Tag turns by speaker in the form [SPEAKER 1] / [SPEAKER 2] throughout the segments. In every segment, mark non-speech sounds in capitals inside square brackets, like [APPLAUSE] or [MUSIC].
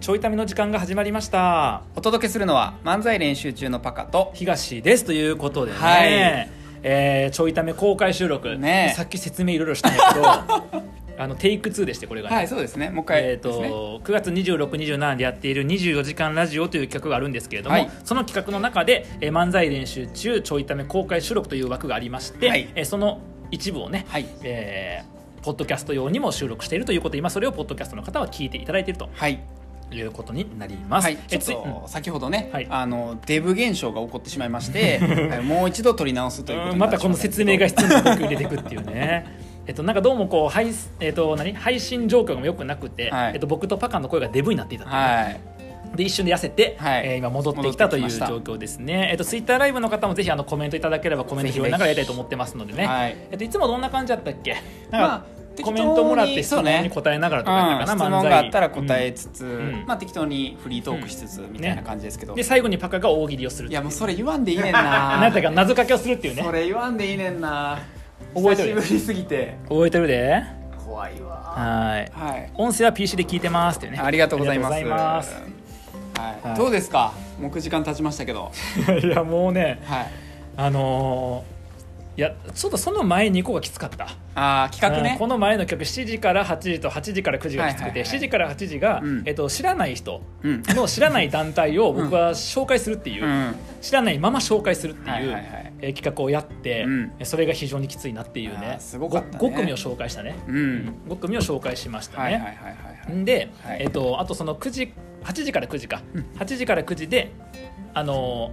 [SPEAKER 1] ちょいための時間が始まりました
[SPEAKER 2] お届けするのは漫才練習中のパカと
[SPEAKER 1] 東ですということでね、
[SPEAKER 2] はい
[SPEAKER 1] えーちょいため公開収録、
[SPEAKER 2] ねえ
[SPEAKER 1] さっき説明いろいろしたんだ
[SPEAKER 2] [LAUGHS]
[SPEAKER 1] けどあのテイク2でしてこれがね、
[SPEAKER 2] はいそうですねもう一回
[SPEAKER 1] えー、
[SPEAKER 2] ですね、
[SPEAKER 1] と9月2627でやっている「24時間ラジオ」という企画があるんですけれども、
[SPEAKER 2] はい
[SPEAKER 1] その企画の中で、えー漫才練習中ちょいため公開収録という枠がありまして、
[SPEAKER 2] はい
[SPEAKER 1] えーその一部をね、
[SPEAKER 2] はい
[SPEAKER 1] えーポッドキャスト用にも収録しているということで今それをポッドキャストの方は聞いていただいていると
[SPEAKER 2] はい
[SPEAKER 1] いうことになります。
[SPEAKER 2] はい、ち
[SPEAKER 1] え
[SPEAKER 2] ょ
[SPEAKER 1] ー
[SPEAKER 2] っ
[SPEAKER 1] ついうん
[SPEAKER 2] と先ほどね、
[SPEAKER 1] はい
[SPEAKER 2] あのデブ現象が起こってしまいまして、はいもう一度取り直すということ
[SPEAKER 1] うん
[SPEAKER 2] にな
[SPEAKER 1] ま
[SPEAKER 2] って
[SPEAKER 1] たこの説明が必要な僕入れてくっていう
[SPEAKER 2] [LAUGHS]
[SPEAKER 1] ねえっとなんかどうもこう配,、えっと、何配信状況が良くなくて、
[SPEAKER 2] はい
[SPEAKER 1] えっと、僕とパカの声がデブになっていたというね、
[SPEAKER 2] はい
[SPEAKER 1] で一瞬で痩せて、
[SPEAKER 2] はい
[SPEAKER 1] えー今戻ってきたという
[SPEAKER 2] 戻ってき
[SPEAKER 1] 状
[SPEAKER 2] ました
[SPEAKER 1] 況ですね、えっと、ツイッターライブの方もぜひあのコメントいただければコメント拾いながらやりたいと思ってますのでね、
[SPEAKER 2] はい
[SPEAKER 1] えっと、いつもどんな感じだったっけ
[SPEAKER 2] ま
[SPEAKER 1] なん
[SPEAKER 2] あ
[SPEAKER 1] か、
[SPEAKER 2] 適当
[SPEAKER 1] コ
[SPEAKER 2] に
[SPEAKER 1] メントもらって質
[SPEAKER 2] そう
[SPEAKER 1] 問
[SPEAKER 2] ね
[SPEAKER 1] に答えながらとかや
[SPEAKER 2] う
[SPEAKER 1] った
[SPEAKER 2] ん、質
[SPEAKER 1] かな、
[SPEAKER 2] 問
[SPEAKER 1] 漫才
[SPEAKER 2] があったら答えつつ、
[SPEAKER 1] ん
[SPEAKER 2] まあ、適当にフリートークしつつみたいな感じですけど、
[SPEAKER 1] で最後にパカが大喜利をする
[SPEAKER 2] いやもうそれ言わんでいいねん
[SPEAKER 1] [LAUGHS]
[SPEAKER 2] な
[SPEAKER 1] なんだか謎かけをするっていうね
[SPEAKER 2] それ言わんでいいねんな
[SPEAKER 1] 覚えてる
[SPEAKER 2] 久しぶりすぎて
[SPEAKER 1] 覚えてるで
[SPEAKER 2] 怖いわ
[SPEAKER 1] はい
[SPEAKER 2] はい
[SPEAKER 1] 音声は PC で聞いてますっていうね
[SPEAKER 2] ありがとうございます
[SPEAKER 1] ありがとうございます
[SPEAKER 2] はい
[SPEAKER 1] はい
[SPEAKER 2] どうですかもう時間経ちましたけど
[SPEAKER 1] [LAUGHS] いやもうね
[SPEAKER 2] はい
[SPEAKER 1] あのーいやちょっとその前に行こうがきつかった、
[SPEAKER 2] あー企画
[SPEAKER 1] うん
[SPEAKER 2] ね
[SPEAKER 1] この前の曲7時から8時と8時から9時がきつくて、
[SPEAKER 2] はいはいはい
[SPEAKER 1] 7時から8時が、
[SPEAKER 2] うん
[SPEAKER 1] えっと、知らない人
[SPEAKER 2] うん
[SPEAKER 1] の知らない団体を僕は紹介するっていう、
[SPEAKER 2] うん
[SPEAKER 1] 知らないまま紹介するっていう、
[SPEAKER 2] はいはいはい
[SPEAKER 1] えー企画をやって、
[SPEAKER 2] うん
[SPEAKER 1] それが非常にきついなっていうね
[SPEAKER 2] あーすごかったね
[SPEAKER 1] 5, 組を紹介したね、
[SPEAKER 2] う
[SPEAKER 1] うん5組を紹介しましたね、
[SPEAKER 2] はいはいはいはいはい
[SPEAKER 1] んで、
[SPEAKER 2] はい
[SPEAKER 1] えっとあとその9時8時から9時か、8時から9時であの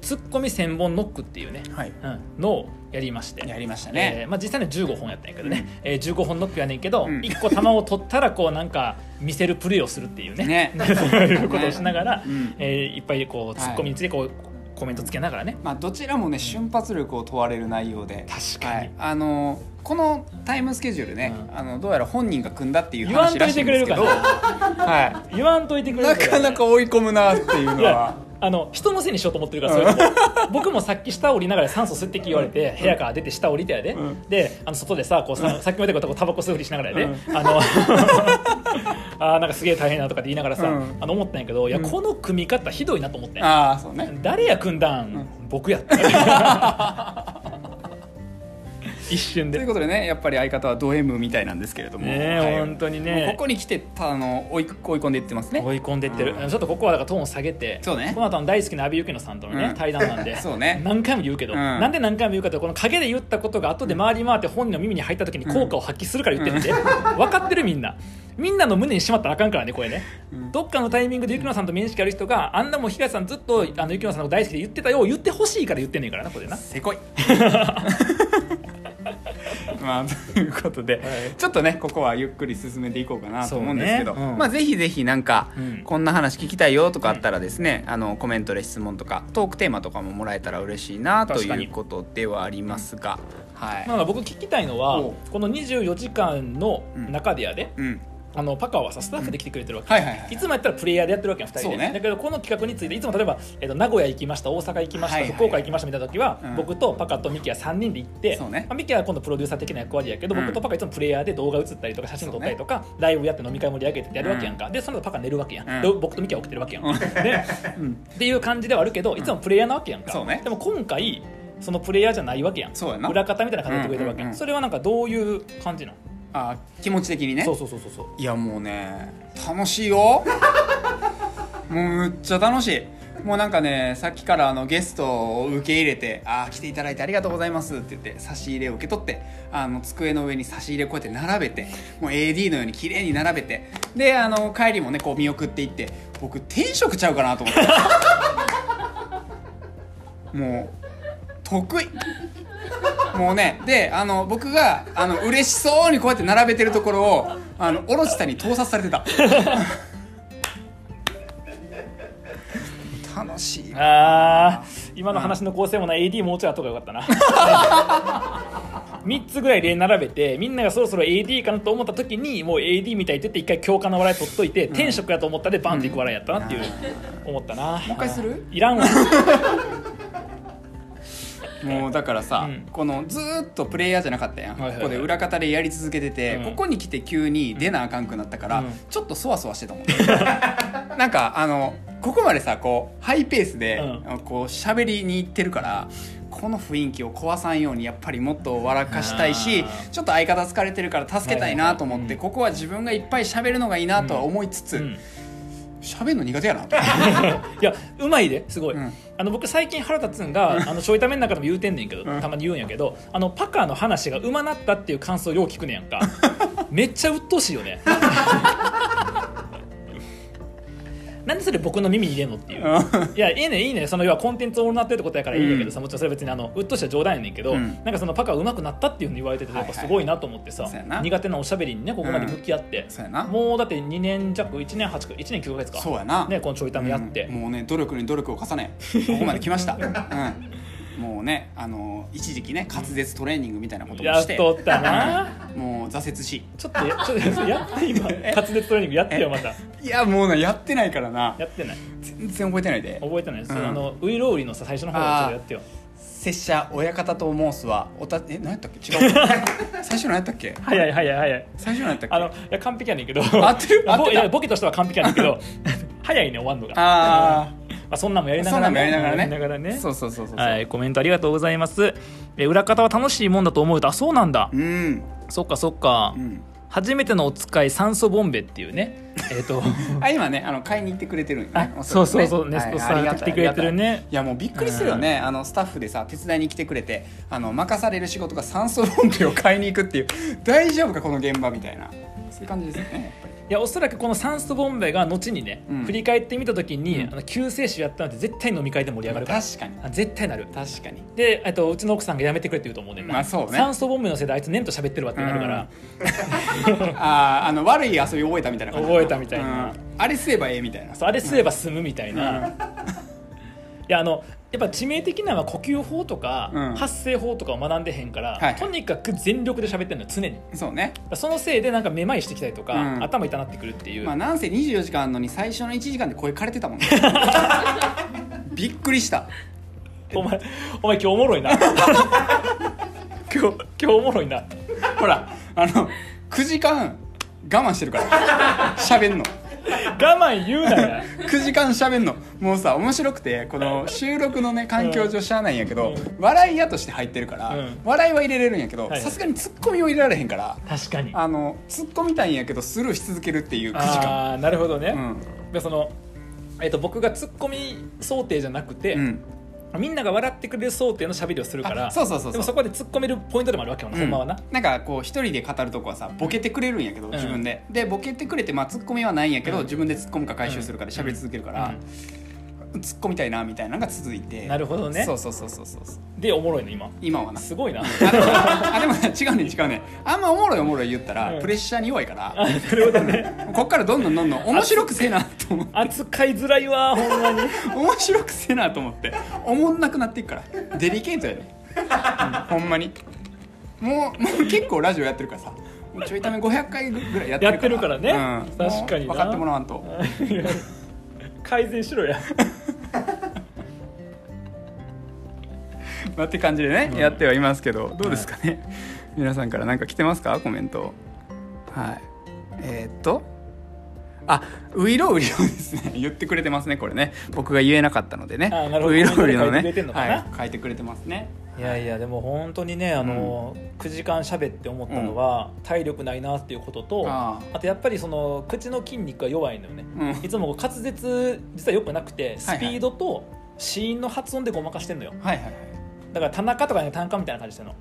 [SPEAKER 1] ーツッコミ千本ノックっていうね、
[SPEAKER 2] はい
[SPEAKER 1] うん、のをやりまして
[SPEAKER 2] やりましたね
[SPEAKER 1] えーまあ、実際には15本やったんやけどね、えー15本ノックやねんけど、
[SPEAKER 2] うん
[SPEAKER 1] 1個球を取ったらこうなんか見せるプレーをする [LAUGHS] っていうね
[SPEAKER 2] ね [LAUGHS]
[SPEAKER 1] そういうことをしながら、
[SPEAKER 2] うん
[SPEAKER 1] えーいっぱいこうツッコミについてこう、コメントつけながらね
[SPEAKER 2] まあどちらもね瞬発力を問われる内容で
[SPEAKER 1] 確かに
[SPEAKER 2] はいあのこのタイムスケジュールね
[SPEAKER 1] う
[SPEAKER 2] あのどうやら本人が組んだっていう
[SPEAKER 1] 言わん
[SPEAKER 2] 話
[SPEAKER 1] と
[SPEAKER 2] ら
[SPEAKER 1] い
[SPEAKER 2] しい
[SPEAKER 1] て
[SPEAKER 2] ん
[SPEAKER 1] くれ
[SPEAKER 2] で
[SPEAKER 1] る
[SPEAKER 2] す
[SPEAKER 1] か
[SPEAKER 2] けど
[SPEAKER 1] な
[SPEAKER 2] はい
[SPEAKER 1] 言わんといてくれる
[SPEAKER 2] な
[SPEAKER 1] ら
[SPEAKER 2] かなか追い込むなっていう
[SPEAKER 1] い
[SPEAKER 2] の
[SPEAKER 1] や
[SPEAKER 2] は
[SPEAKER 1] あの人のせいにしようと思ってるからそういうとこ
[SPEAKER 2] [LAUGHS]
[SPEAKER 1] 僕もさっき下降りながら酸素吸ってき言われて部屋から出て下降りてやで、
[SPEAKER 2] うん
[SPEAKER 1] であの外でさこうさ,、さっきも言ったけどタバコ吸うふりしながらやで、
[SPEAKER 2] う
[SPEAKER 1] あの [LAUGHS] あーなんかすげえ大変なとかって言いながらさ、
[SPEAKER 2] うん
[SPEAKER 1] あの思ったんやけどいや
[SPEAKER 2] うん
[SPEAKER 1] この組み方ひどいなと思って、
[SPEAKER 2] ああそうね
[SPEAKER 1] 誰や組んだん、僕やった [LAUGHS] 一瞬
[SPEAKER 2] という
[SPEAKER 1] で。
[SPEAKER 2] ことでねやっぱり相方はド M みたいなんですけれども
[SPEAKER 1] ねえ
[SPEAKER 2] はい
[SPEAKER 1] 本当にね
[SPEAKER 2] もうここに来てたあの追い追い込んでいってますね
[SPEAKER 1] 追い込んでってる、
[SPEAKER 2] うん
[SPEAKER 1] ちょっとここはだからトーンを下げて
[SPEAKER 2] そうね
[SPEAKER 1] この後あの大好きな阿部由紀乃さんとの、ね
[SPEAKER 2] うん
[SPEAKER 1] 対談なん
[SPEAKER 2] [LAUGHS]
[SPEAKER 1] で
[SPEAKER 2] そうね
[SPEAKER 1] 何回も言うけど、
[SPEAKER 2] うん
[SPEAKER 1] なんで何回も言うかというとこの陰で言ったことが後で回り回って本人の耳に入った時に効果を発揮するから言ってるって、 [LAUGHS] 分かってるみんなみんなの胸にしまったらあかんからねこれね、どっかのタイミングでゆきのさんと面識ある人があんなもん東さんずっとあのゆきのさんのこと大好きで言ってたよ言ってほしいから言ってんねんからなこれな
[SPEAKER 2] せ
[SPEAKER 1] [LAUGHS]
[SPEAKER 2] こいまあということで、
[SPEAKER 1] はい
[SPEAKER 2] ちょっとねここはゆっくり進めていこうかなと思うんですけど、
[SPEAKER 1] そうねうん
[SPEAKER 2] まあぜひぜひなんか、
[SPEAKER 1] うん
[SPEAKER 2] こんな話聞きたいよとかあったらですね、あのコメントで質問とかトークテーマとかももらえたら嬉しいなと
[SPEAKER 1] 確かに
[SPEAKER 2] いうことではありますがはい、
[SPEAKER 1] なんか僕聞きたいのは
[SPEAKER 2] おう
[SPEAKER 1] この24時間の中でやで、
[SPEAKER 2] うん
[SPEAKER 1] あのパカはさスタッフで来てくれてるわけ、
[SPEAKER 2] はいはいはい
[SPEAKER 1] いつもやったらプレイヤーでやってるわけよ2人
[SPEAKER 2] そ
[SPEAKER 1] で、
[SPEAKER 2] うね
[SPEAKER 1] だけどこの企画についていつも例えば、えっと名古屋行きました大阪行きました、
[SPEAKER 2] はいはいはい
[SPEAKER 1] 福岡行きましたみたいな時は、
[SPEAKER 2] うん
[SPEAKER 1] 僕とパカとミキは3人で行って、
[SPEAKER 2] そうね
[SPEAKER 1] まあ、ミキは今度プロデューサー的な役割やけど、
[SPEAKER 2] うん
[SPEAKER 1] 僕とパカいつもプレイヤーで動画映ったりとか写真撮ったりとか、ライブやって飲み会盛り上げてってやるわけやんか、でその後パカ寝るわけやん、
[SPEAKER 2] うん
[SPEAKER 1] で僕とミキは起きてるわけやん、ね
[SPEAKER 2] うん
[SPEAKER 1] っていう感じではあるけどいつもプレイヤーなわけやんか、
[SPEAKER 2] そうね
[SPEAKER 1] でも今回そのプレイヤーじゃないわけやん
[SPEAKER 2] そうやな
[SPEAKER 1] 裏方みたいな感じでやってくれてるわけやん、
[SPEAKER 2] うんうんうん
[SPEAKER 1] それはなんかどういう感じなの、
[SPEAKER 2] あ気持ち的にね
[SPEAKER 1] そうそうそうそうそう
[SPEAKER 2] いやもうね楽しいよ [LAUGHS] もうむっちゃ楽しいもうなんかねさっきからあのゲストを受け入れて「あー来ていただいてありがとうございます」って言って差し入れを受け取ってあの机の上に差し入れこうやって並べてもう AD のように綺麗に並べてであの帰りもねこう見送っていって僕天職ちゃうかなと思ってもう得意もうねであの僕があの嬉しそうにこうやって並べてるところをあのオロチさんに盗撮されてた楽しい
[SPEAKER 1] あー今の話の構成もな AD もうちょい後がよかったな3つぐらい例並べてみんながそろそろ AD かなと思った時にもう AD みたいって言って一回強化の笑い取っといて、天職やと思ったでバンっていく笑いやったなっていう、思ったなもう
[SPEAKER 2] 一回する
[SPEAKER 1] いらんわ
[SPEAKER 2] もうだからさ、
[SPEAKER 1] うん
[SPEAKER 2] このずーっとプレイヤーじゃなかったや
[SPEAKER 1] は
[SPEAKER 2] ん、
[SPEAKER 1] いはいはい
[SPEAKER 2] ここで裏方でやり続けてて、
[SPEAKER 1] うん
[SPEAKER 2] ここに来て急に出なあかんくなったから、
[SPEAKER 1] うん
[SPEAKER 2] ちょっとそわそわしてたもん [LAUGHS] なんかあのここまでさこうハイペースで、
[SPEAKER 1] う
[SPEAKER 2] こう喋りに行ってるからこの雰囲気を壊さんようにやっぱりもっと笑かしたいし
[SPEAKER 1] あー
[SPEAKER 2] ちょっと相方疲れてるから助けたいなと思って、
[SPEAKER 1] はいはいはいうん
[SPEAKER 2] ここは自分がいっぱい喋るのがいいなとは思いつつ
[SPEAKER 1] うん
[SPEAKER 2] 喋、るの苦手やな
[SPEAKER 1] [LAUGHS]
[SPEAKER 2] と、
[SPEAKER 1] いやうまいですごい、
[SPEAKER 2] うん
[SPEAKER 1] あの僕最近腹立つんがあのちょいための中でも言うてんねんけど、
[SPEAKER 2] うん
[SPEAKER 1] たまに言うんやけどあのパカの話がうまなったっていう感想よう聞くねんやん
[SPEAKER 2] [LAUGHS]
[SPEAKER 1] かめっちゃ鬱陶しいよねなんでそれ僕の耳に入れんのっていう
[SPEAKER 2] うん
[SPEAKER 1] いやいいねいいねその要はコンテンツをなってるってことやからいいんやけどさ、もちろんそれは別にあのうっとした冗談やねんけど、
[SPEAKER 2] うん
[SPEAKER 1] なんかそのパカうまくなったっていうふうに言われててやっぱすごいなと思ってさ、
[SPEAKER 2] はいはいそうやな
[SPEAKER 1] 苦手なおしゃべりにねここまで向き合って、
[SPEAKER 2] そうやな
[SPEAKER 1] もうだって2年弱1年8か1年9ヶ月か
[SPEAKER 2] そうやな、
[SPEAKER 1] ねこのちょいためやって、
[SPEAKER 2] うんもうね努力に努力を
[SPEAKER 1] [LAUGHS]
[SPEAKER 2] 重ねここまで来ました、うん、もうねあの一時期ね滑舌トレーニングみたいなことも
[SPEAKER 1] や
[SPEAKER 2] し
[SPEAKER 1] ってとったな
[SPEAKER 2] もう挫折し
[SPEAKER 1] [LAUGHS] ちょっとやちょっとやって
[SPEAKER 2] [LAUGHS]
[SPEAKER 1] 今滑舌トレーニングやってよまた
[SPEAKER 2] いやもうねやってないからな
[SPEAKER 1] やってない
[SPEAKER 2] 全然覚えてないで
[SPEAKER 1] 覚えてないです、
[SPEAKER 2] うん
[SPEAKER 1] あのウイロウリのさ最初の方ちょっとやってよ
[SPEAKER 2] 拙者親方と申すはおたえ何やったっけ
[SPEAKER 1] [LAUGHS]
[SPEAKER 2] 違う最初の何やったっけ
[SPEAKER 1] 早い早い早い
[SPEAKER 2] 最初の何やったっけ
[SPEAKER 1] あのいや完璧やねんけど [LAUGHS]
[SPEAKER 2] 合ってる合ってた
[SPEAKER 1] ボいやボケとしては完璧やねんけ
[SPEAKER 2] [LAUGHS]
[SPEAKER 1] ど早いね終わんのが
[SPEAKER 2] あ
[SPEAKER 1] まあ、そんなんもやり
[SPEAKER 2] ー
[SPEAKER 1] な
[SPEAKER 2] そ
[SPEAKER 1] が
[SPEAKER 2] ん
[SPEAKER 1] ら
[SPEAKER 2] なんもやりながらね
[SPEAKER 1] やりながらね
[SPEAKER 2] そうそうそうそう、
[SPEAKER 1] はい、コメントありがとうございますえ裏方は楽しいもんだと思うとあそうなんだ、
[SPEAKER 2] うん
[SPEAKER 1] そっかそっか、
[SPEAKER 2] うん
[SPEAKER 1] 初めてのお使い酸素ボンベっていうねえっ、
[SPEAKER 2] [LAUGHS]
[SPEAKER 1] と
[SPEAKER 2] あ今ねあの買いに行ってくれてるんよね
[SPEAKER 1] あ
[SPEAKER 2] おら
[SPEAKER 1] [LAUGHS]
[SPEAKER 2] く
[SPEAKER 1] そうそうそうネストさん
[SPEAKER 2] ありがたい
[SPEAKER 1] 来てくれてるね
[SPEAKER 2] ありがたいいやもうびっくりするよね、あのスタッフでさ手伝いに来てくれてあの任される仕事が酸素ボンベを買いに行くっていう [LAUGHS] 大丈夫かこの現場みたいなそういう感じですよね
[SPEAKER 1] [LAUGHS]
[SPEAKER 2] やっぱ
[SPEAKER 1] いやおそらくこの酸素ボンベが後にね、
[SPEAKER 2] うん
[SPEAKER 1] 振り返ってみた時に、
[SPEAKER 2] うん
[SPEAKER 1] あの救世主やったのって絶対飲み会で盛り上がる
[SPEAKER 2] り
[SPEAKER 1] から
[SPEAKER 2] 確かに
[SPEAKER 1] あ絶対なる
[SPEAKER 2] 確かに
[SPEAKER 1] でえっとうちの奥さんがやめてくれって言うと思うねんな
[SPEAKER 2] まあそうね
[SPEAKER 1] 酸素ボンベのせいであいつねんと喋ってるわってなるから、
[SPEAKER 2] あーあの悪い遊び覚えたみたいな感じ
[SPEAKER 1] 覚えたみたいな
[SPEAKER 2] うんあれすればええみたいな
[SPEAKER 1] そうあれすれば済むみたいな、いやあのやっぱ致命的なのは呼吸法とか、
[SPEAKER 2] うん
[SPEAKER 1] 発声法とかを学んでへんから、
[SPEAKER 2] はい
[SPEAKER 1] とにかく全力で喋ってるのよ常に
[SPEAKER 2] そうね
[SPEAKER 1] そのせいでなんかめまいしてきたりとか、
[SPEAKER 2] うん
[SPEAKER 1] 頭痛なってくるっていう、
[SPEAKER 2] まあなんせ24時間あんのに最初の1時間で声枯れてたも
[SPEAKER 1] [LAUGHS]
[SPEAKER 2] んねびっくりした
[SPEAKER 1] お前お前今日おも
[SPEAKER 2] [LAUGHS]
[SPEAKER 1] ろいな今日今日おもろいな
[SPEAKER 2] ほらあの9時間我慢してるから喋んの
[SPEAKER 1] 我慢言うなや
[SPEAKER 2] 9時間喋んのもうさ面白くてこの収録のね環境上しゃあないんやけど、
[SPEAKER 1] う
[SPEAKER 2] 笑い屋として入ってるから、
[SPEAKER 1] うん
[SPEAKER 2] 笑いは入れれるんやけど
[SPEAKER 1] はい
[SPEAKER 2] さすがにツッコミを入れられへんから
[SPEAKER 1] 確かに
[SPEAKER 2] あのツッコみたいんやけどスルーし続けるっていう9時間
[SPEAKER 1] あーなるほどね、
[SPEAKER 2] うん
[SPEAKER 1] でそのえっと僕がツッコミ想定じゃなくて、
[SPEAKER 2] うん
[SPEAKER 1] みんなが笑ってくれる想定の喋りをするから
[SPEAKER 2] あそうそうそうそう
[SPEAKER 1] でもそこで突っ込めるポイントでもあるわけよな、
[SPEAKER 2] うん
[SPEAKER 1] ほんまはな
[SPEAKER 2] なんかこう一人で語るとこはさボケてくれるんやけど
[SPEAKER 1] ん
[SPEAKER 2] 自分で、でボケてくれてまあツッコミはないんやけど、
[SPEAKER 1] うん
[SPEAKER 2] 自分でツッコむか回収するかで
[SPEAKER 1] うん
[SPEAKER 2] 喋り続けるから、突っ込みたいなみたいなのが続いて
[SPEAKER 1] なるほどね
[SPEAKER 2] そうそうそうそうそうそう
[SPEAKER 1] でおもろいの今
[SPEAKER 2] 今はな
[SPEAKER 1] すごいな
[SPEAKER 2] あでもあでもね違うね違うねあんまおもろいおもろい言ったら、
[SPEAKER 1] うん
[SPEAKER 2] プレッシャーに弱いから
[SPEAKER 1] あなるほどね
[SPEAKER 2] こっからどんどんどんどん面白くせえなと思って
[SPEAKER 1] 扱いづらいわほんまに
[SPEAKER 2] 面白くせえなと思って思んなくなっていくからデリケートやね、うんほんまにもうもう結構ラジオやってるからさもうちょいため500回ぐらいやってるから
[SPEAKER 1] やってるからね確かにな
[SPEAKER 2] もう分かってもらわんと
[SPEAKER 1] 改善しろや
[SPEAKER 2] まあって感じでね、
[SPEAKER 1] うん
[SPEAKER 2] やってはいますけどどうですかね、 [LAUGHS] 皆さんから何か来てますかコメントはいえーっとあウイロウリをですね [LAUGHS] 言ってくれてますねこれね僕が言えなかったのでね
[SPEAKER 1] あーなるほど
[SPEAKER 2] ウイロウリ
[SPEAKER 1] 書いて
[SPEAKER 2] の
[SPEAKER 1] くれ
[SPEAKER 2] ね
[SPEAKER 1] てんのかな
[SPEAKER 2] はい、書いてくれてますね
[SPEAKER 1] いやいやでも本当にねあの、9時間喋って思ったのは、体力ないなっていうことと
[SPEAKER 2] あ
[SPEAKER 1] あとやっぱりその口の筋肉が弱いのよね、
[SPEAKER 2] うん
[SPEAKER 1] いつもこう滑舌実は良くなくて
[SPEAKER 2] はいは
[SPEAKER 1] ス
[SPEAKER 2] い
[SPEAKER 1] ピードと子音の発音でごまかしてんのよ
[SPEAKER 2] はいはいはい
[SPEAKER 1] だから田中とかね田中みたいな感じしてんの